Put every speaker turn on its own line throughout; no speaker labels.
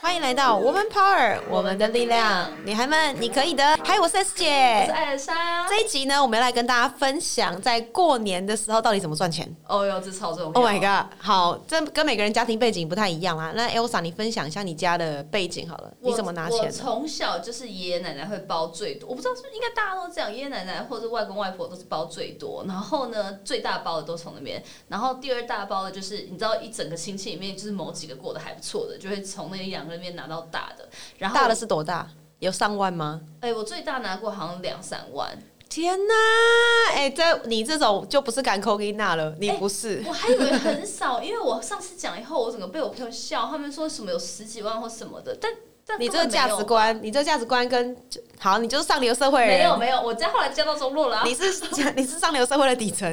欢迎来到 Woman Power，我们的力量，女孩们，你可以的。还有我是 S
我是
姐，
艾尔莎。
这一集呢，我们要来跟大家分享在过年的时候到底怎么赚钱。
哦哟，这超重要。
Oh my god！好，这跟每个人家庭背景不太一样啦。那 Elsa，你分享一下你家的背景好了，
我
你怎么拿
我
钱的？
从小就是爷爷奶奶会包最多，我不知道是不是应该大家都这样，爷爷奶奶或者外公外婆都是包最多。然后呢，最大包的都从那边，然后第二大包的就是你知道一整个亲戚里面就是某几个过得还不错的，就会从那两个里面拿到大的。然后
大的是多大？有上万吗？
哎、我最大拿过好像两三万，
天哪！哎、这你这种就不是敢扣给娜
哎
了，你不是。
我还以为很少，因为我上次讲以后，我整个被我朋友笑，他们说什么有十几万或什么的，但但
你这个
根本没有
价值观，你这个价值观跟好，你就是上流社会人。
没有没有，我家后来嫁到中落了、啊，
欸你是 你是上流社会的底 层，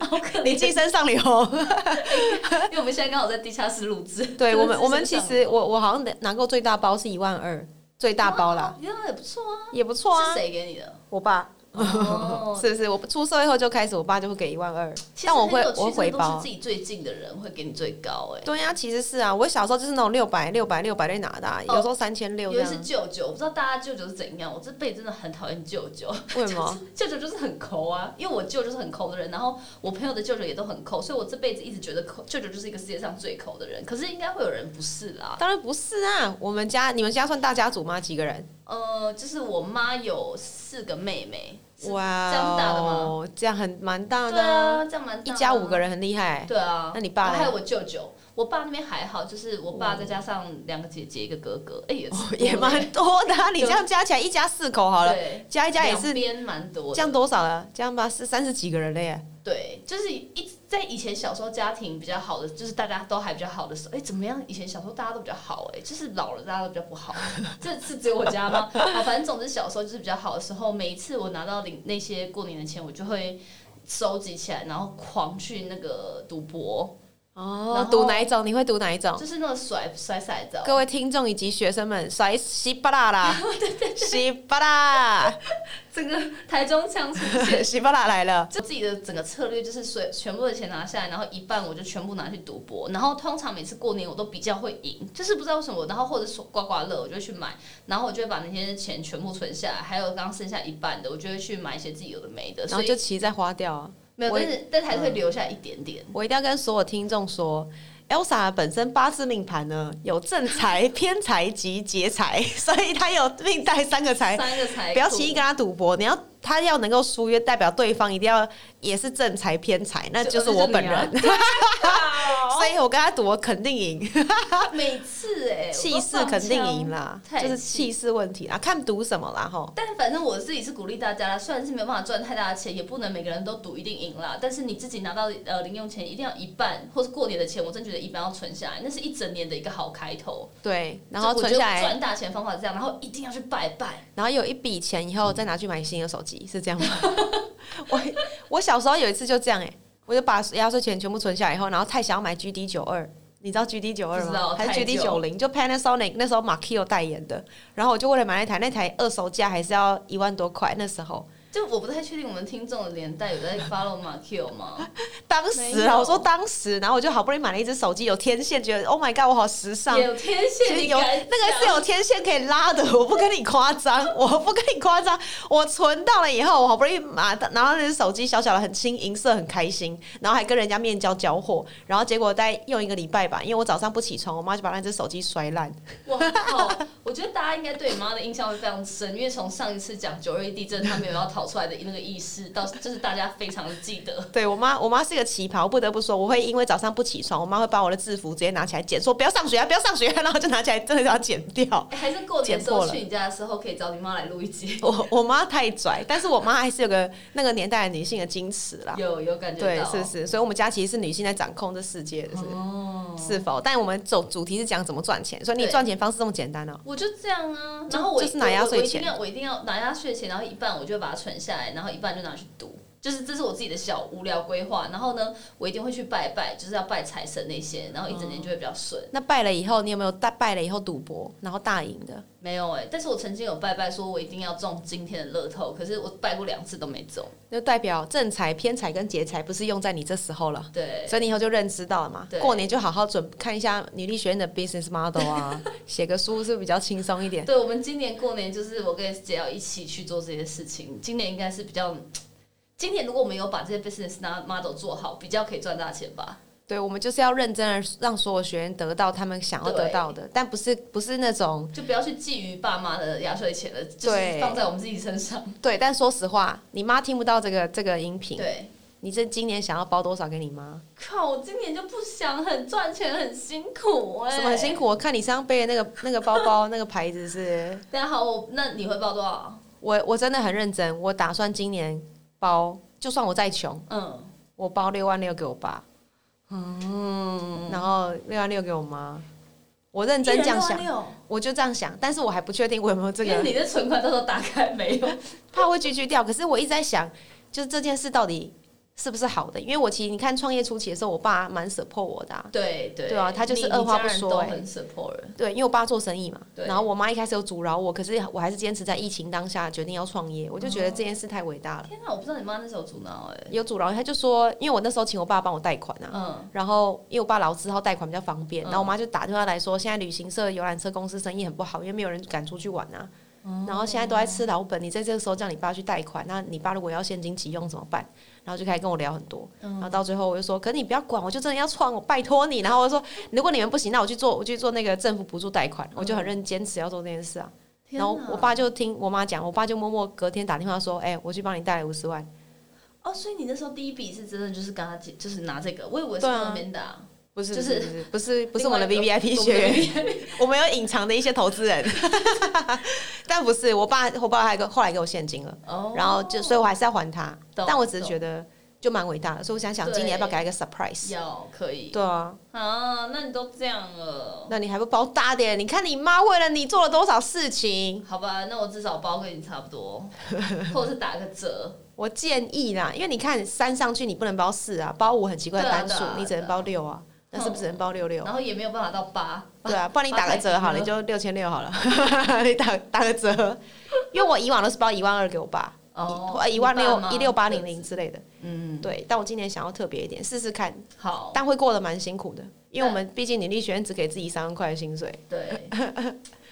好可
你
怜。
寄生上流。
因为我们现在刚好在地下室录制。
对我们，
就是
我们其实我我好像拿过最大包是一万二，最大包啦，，
原来也不错啊。
也不错啊
是。谁给你的？
我爸
哦，
是不是？我出社会后就开始，我爸就会给一万二，
其实
但我
很
会
有趣
我会回
这个都是
包啊
自。己最近的人会给你最高哎。
对呀、其实是啊，我小时候就是那种六百、六百、六百在拿的啊、
哦
有时候三千六
因
这
为
样
是。舅舅，我不知道大家舅舅是怎样。我这辈子真的很讨厌舅舅，
为什么？
舅舅就是很抠啊。因为我舅就是很抠的人，然后我朋友的舅舅也都很抠，所以我这辈子一直觉得抠舅舅就是一个世界上最抠的人。可是应该会有人不是啦，
当然不是啊，我们家你们家算大家族吗？几个人？
呃，就是我妈有四个妹妹，是
哇，
这样大的
哦，这样很蛮大
对
的啊、
啊，这样蛮
一
大
家
的
五个人很厉害、
对啊，
那你爸
然后还
嘞
有我舅舅，我爸那边还好，就是我爸再加上两个姐姐一个哥哥，哎、也是
哦
多
也蛮多的、啊。你这样加起来一家四口好了，
对，
加一加也
两
是
边蛮多的，
这样多少了？这样吧，是三十几个人了耶。
对，就是一直在以前小时候家庭比较好的，就是大家都还比较好的时候，哎、怎么样？以前小时候大家都比较好、哎，就是老了大家都比较不好，这是只有我家吗？ 好，反正总之小时候就是比较好的时候，每一次我拿到领那些过年的钱，我就会收集起来，然后狂去那个赌博，然
哦，
后
赌哪一种？你会赌哪一种？
就是那个甩甩骰子哦、
各位听众以及学生们，甩稀巴拉啦， 稀巴拉，
整个台中腔出现。
稀巴拉来了。
就自己的整个策略就是所全部的钱拿下来，然后一半我就全部拿去赌博，然后通常每次过年我都比较会赢，就是不知道为什么，然后或者说刮刮乐我就会去买，然后我就会把那些钱全部存下来，还有刚刚剩下一半的，我就会去买一些自己有的没的，
然
所
后
以
就骑再花掉啊！
没有，
我
但是但还是会留下一点点。
我一定要跟所有听众说，Elsa 本身八字命盘呢有正财、偏财及劫财， 所以她有命带三个财，
三个财库，
嗯不要 轻易跟他赌博，你要他要能够输约，代表对方一定要也是正财偏财，那就是我本人。
就。就你啊
所以我跟他赌，我肯定赢，
每次哎、我都
气势
放
肯定
枪
赢啦，
太
就是
气
气势问题啦，看赌什么啦吼。
但反正我自己是鼓励大家啦，虽然是没有办法赚太大的钱，也不能每个人都赌一定赢啦。但是你自己拿到呃零用钱，一定要一半，或是过年的钱，我真觉得一半要存下来，那是一整年的一个好开头。
对，然后
就我
存
觉得
下来，
赚大钱的方法是这样，然后一定要去拜拜。
然后有一笔钱以后再拿去买新的手机，是这样吗？ 我我小时候有一次就这样哎、我就把压岁钱全部存下来以后，然后太想要买 GD 九二。你知道 GD 九二
不知
吗？
道
还是
太
GD
久
九零？就 Panasonic 那时候 Markio 代言的，然后我就为了买那台，那台二手价还是要一万多块。那时候，
就我不太确定我们听众的年代有在 follow m a k i o 吗？
当时
没
啊，
有
我说当时，然后我就好不容易买了一只手机，有天线，觉得 Oh my God，我好时尚。
有天
其
线，
实
你
有
敢
那个是
讲
有天线可以拉的， 我不跟你夸张，我不跟你夸张，我存到了以后，我好不容易拿到拿到那只手机，小小的很轻，银色很开心，然后还跟人家面交交货，然后结果再用一个礼拜吧，因为我早上不起床，我妈就把那只手机摔烂。
我靠！我觉得大家应该对你妈的印象会非常深，因为从上一次讲九二一地震，她没有要逃出来的那个意识，到就是大家非常的记得。
对我妈，我妈是一个奇葩，我不得不说，我会因为早上不起床，我妈会把我的制服直接拿起来剪，说不要上学啊，不要上学、啊，然后就拿起来真的要剪掉。
欸还是过年的
剪
时
破
候
了
去你家的时候，可以找你妈来录一集。
我我妈太拽，但是我妈还是有个那个年代的女性的矜持啦。
有有感觉
对，
到，
是不是？所以，我们家其实是女性在掌控这世界的，是
哦，
是否？但我们走主题是讲怎么赚钱，所以你
对
赚钱方式这么简单哦、
我就这样啊。
就
然后我
就是拿压岁钱
我我一定要我一定要拿压岁钱，然后一半我就把它存下来，然后一半就拿去赌。就是这是我自己的小无聊规划。然后呢，我一定会去拜拜，就是要拜财神那些，然后一整年就会比较顺。
那拜了以后，你有没有大拜了以后赌博，然后大赢的？
没有哎、但是我曾经有拜拜，说我一定要中今天的乐透，可是我拜过两次都没中。
就代表正财、偏财跟劫财不是用在你这时候了。
对，
所以你以后就认知到了嘛
对，
过年就好好准看一下女力学院的 business model 啊，写个书是不是比较轻松一点？
对，我们今年过年就是我跟 S 姐要一起去做这些事情。今年应该是比较，今年如果我们有把这些 business model 做好，比较可以赚大钱吧。
对，我们就是要认真的让所有学员得到他们想要得到的，但不是不是那种
就不要去觊觎爸妈的压岁钱了，就是
对
放在我们自己身上。
对。但说实话，你妈听不到这个这个音频，
对，
你这今年想要包多少给你妈？
靠，我今年就不想很赚钱，很辛苦哎、
什么很辛苦？我看你身上背的那个 那个包包那个牌子是，
大家好，我那你会报多少？
我我真的很认真，我打算今年包，就算我再穷，
嗯，
我包六万六给我爸，嗯，然后六万六给我妈。我认真这样想
一人，六万六
我就这样想，但是我还不确定我有没有这
因为
个，
你的存款到时候打开没有？
怕会拒拒掉。可是我一直在想，就是这件事到底是不是好的？因为我其实你看创业初期的时候，我爸蛮 support 我的、啊，
对对
对啊他就是
你
二话不说
你家
哎
人都很 support 人
对，因为我爸做生意嘛，
对
然后我妈一开始有阻挠我，可是我还是坚持在疫情当下决定要创业，我就觉得这件事太伟大了。
天哪，我不知道你妈那时候阻挠哎、
有阻挠，他就说，因为我那时候请我爸帮我贷款啊，
嗯，
然后因为我爸劳资号贷款比较方便，
嗯
然后我妈就打电话来说，现在旅行社、游览车公司生意很不好，因为没有人敢出去玩啊。
嗯
然后现在都在吃老本，你在这个时候叫你爸去贷款，那你爸如果要现金急用怎么办？然后就开始跟我聊很多，
嗯
然后到最后我就说，可你不要管，我就真的要创，我拜托你。然后我就说，如果你们不行，那我去做，我去做那个政府补助贷款，我就很认坚持要做这件事啊。
嗯天
然
哪
后我爸就听我妈讲，我爸就默默隔天打电话说，哎、我去帮你贷了五十万，
哦，所以你那时候第一笔是真的就是跟他借就是拿这个，我以为是
对啊
那边的啊、
不是不
就是
是不是不是我们的
另外一
VVIP
个
学员。 我们有隐藏的一些投资人， 但不是我爸，我爸还给后来给我现金了，
哦，
啊然后就所以我还是要还他，
懂
但我只是觉得就蛮伟大的，所以我想想
对
今年要不要给他一个 surprise？
要可以
对啊，
啊，那你都这样了，
那你还不包大点？你看你妈为了你做了多少事情？
好吧，那我至少包跟你差不 多，或者是打个折，
我建议啦，因为你看三上去你不能包四啊，包五很奇怪的
对啊
单数
对啊，
你只能包六啊，那是不是只能包六六？
然后也没有办法到八，
对啊，不然你打个折好了，
八太低了
你就六千六好了， 你打打个折，因为我以往都是包一万二给我爸，
哦，
一万
你爸
六
妈
一六八零零，之类的。
嗯，哦
对，但我今年想要特别一点，试试看，
好，
但会过得蛮辛苦的，因为我们毕竟女力学院只给自己三万块的薪水，
对，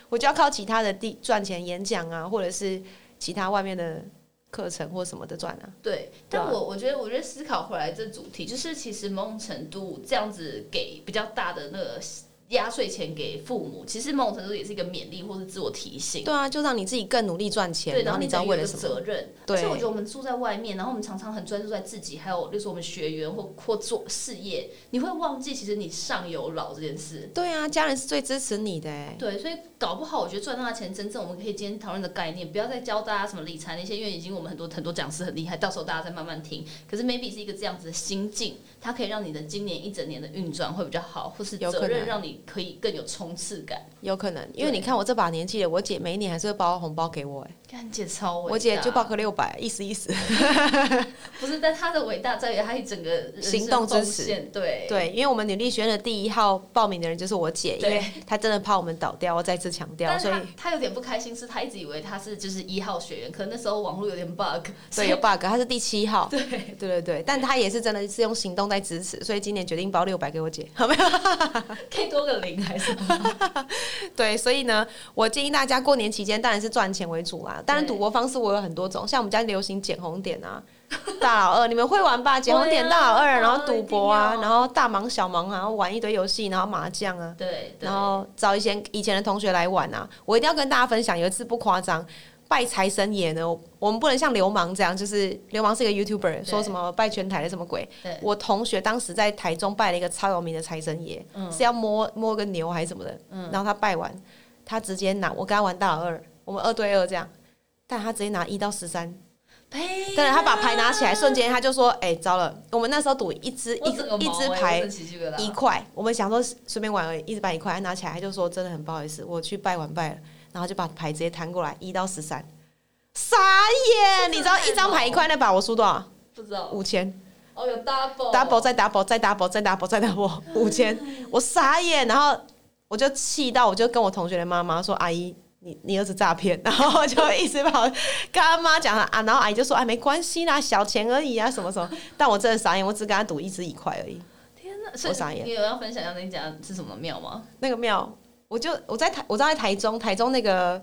我就要靠其他的地赚钱，演讲啊，或者是其他外面的课程或什么的赚啊。
对，
对啊
但我我觉得，我觉得思考回来这主题，就是其实某种程度这样子给比较大的那个压岁钱给父母，其实某种程度也是一个勉励或是自我提醒。
对啊，就让你自己更努力赚钱，
对，
然后你知道
等于有
为了
一
什
个
么。
责任。
对
而且我觉得我们住在外面，然后我们常常很专注在自己，还有就是我们学员或或做事业，你会忘记其实你上有老这件事。
对啊，家人是最支持你的欸
对，所以搞不好，我觉得赚大钱，真正我们可以今天讨论的概念，不要再教大家什么理财那些，因为已经我们很多很多讲师很厉害，到时候大家再慢慢听。可是 maybe 是一个这样子的心境，它可以让你的今年一整年的运转会比较好，或是
有
责
可
任
能
让你可以更有冲刺感。
有可能，因为
对
你看我这把年纪了，我姐每一年还是会包红包给我欸，
干姐超伟大，
我姐就包个六百，意思意思。
不是，但她的伟大在于她一整个人生
行动支
奉
持
献，对
对，因为我们女力学院的第一号报名的人就是我姐，因
对
为她真的怕我们倒掉，我再次强调，
但是
所以
他他有点不开心，是他一直以为他是就是一号学员，可能那时候网络有点 bug，所
对
以
有 bug，她是第七号。
对，
对对对，但她也是真的是用行动在支持，所以今年决定包六百给我姐。好没有？
可以多个零还是什么？
对，所以呢，我建议大家过年期间当然是赚钱为主啦。当然，
对
赌博方式我有很多种，像我们家流行捡红点啊，大老二，你们会玩吧？捡红
会
点、
啊
大老 二，然
大
后
老二一
赌
定
博啊，
要
然后大盲小盲啊，然后玩一堆游戏，然后麻将啊。
对，对
然后找以前以前的同学来玩啊。我一定要跟大家分享，有一次不夸张，拜财神爷呢，我我们不能像流氓这样，就是流氓是一个 YouTuber，说什么拜全台的什么鬼
对。
我同学当时在台中拜了一个超有名的财神爷，
嗯
是要摸摸个牛还是什么的，然后他拜完，他直接拿我跟他玩大老二，我们二对二这样。但他直接拿一到十三，
呸
对，他把牌拿起来，瞬间他就说：“哎、糟了！我们那时候赌一只
我
一
整个
一
毛
只
欸
牌
我真的起鸡皮疙瘩
一块，我们想说随便玩而已，一直摆一块，他拿起来他就说真的很不好意思，我去拜完拜了，然后就把牌直接摊过来一到十三，傻眼！
这真
你
的
知道
太
一张牌一块那把我输多少？
不知道
五千。
哦，有 double
double 再 double 再 double 再 double 再 double
嗯
五千，我傻眼，然后我就气到，我就跟我同学的妈妈说：“阿姨，你你儿子诈骗。”然后我就一直跑跟他妈讲啊，然后阿姨就说：“哎，没关系啦，小钱而已啊，什么什么。”但我真的傻眼，我只跟他赌一支一块而已。
天哪！
我傻眼
你有要分享一下那一家是什么庙吗？
那个庙，我就我在台，我在台中，台中那个，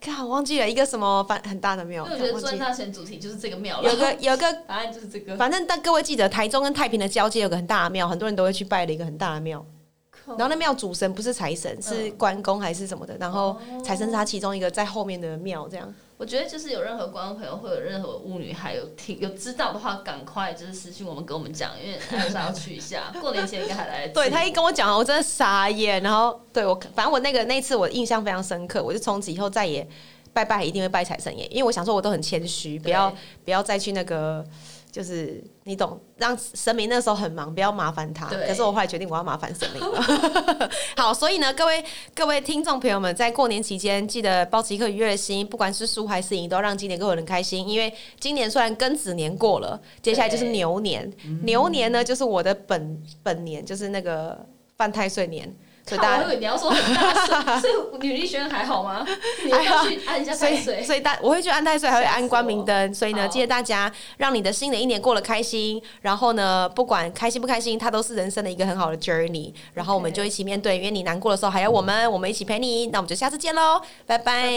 看我忘记了一个什么反很大的
因
庙，
为我觉
干
得
忘记
赚
了
大钱主题就是这个庙了，
有个有个
答案就是这个。
反正但各位记得，台中跟太平的交界有个很大的庙，很多人都会去拜的一个很大的庙。
靠
然后那庙主神不是财神，是关公还是什么的？然后财神是他其中一个在后面的庙，这样。
我觉得就是有任何观众朋友会有任何巫女还有听有知道的话，赶快就是私信我们跟我们讲，因为艾莎要去一下，过年前应该还来得及。
对他一跟我讲，啊我真的傻眼。然后对我，反正我那个那一次我印象非常深刻，我就从此以后再也拜拜一定会拜财神爷，因为我想说我都很谦虚，
对
不要不要再去那个。就是你懂，让神明那时候很忙，不要麻烦他。
对
可是我后来决定我要麻烦神明了。 好，所以呢，各位各位听众朋友们，在过年期间记得保持一颗愉悦的心，不管是输还是赢，都要让今年各位很开心。因为今年虽然庚子年过了，接下来就是
对
牛年。牛年呢，就是我的本本年，就是那个犯太岁年，所以
靠
大
我以
家。
为你要说很大声，所 以女力学院还好吗？你要不要去按一下
所
开
以，
水。
所以大我会去安太岁，还会
吓死
安
我
光明灯。所以呢，
好
记得大家让你的新的一年过得开心。然后呢，不管开心不开心，它都是人生的一个很好的 journey。然后我们
OK
就一起面对，因为你难过的时候还有我们，我们一起陪你。那我们就下次见喽，拜拜。